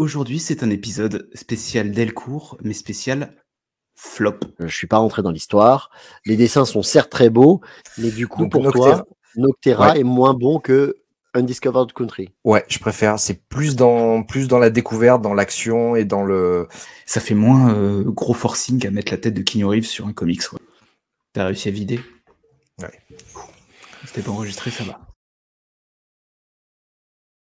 Aujourd'hui, c'est un épisode spécial Delcourt, mais spécial flop. Euh, Je suis pas rentré dans l'histoire. Les dessins sont certes très beaux, mais du coup, Donc, pour Noctera. toi, Noctera Ouais. est moins bon que Undiscovered Country. Ouais, je préfère. C'est plus dans, plus dans la découverte, dans l'action et dans le. Ça fait moins euh, gros forcing à mettre la tête de Keanu Reeves sur un comics. quoi. T'as réussi à vider Ouais. C'était pas enregistré, ça va.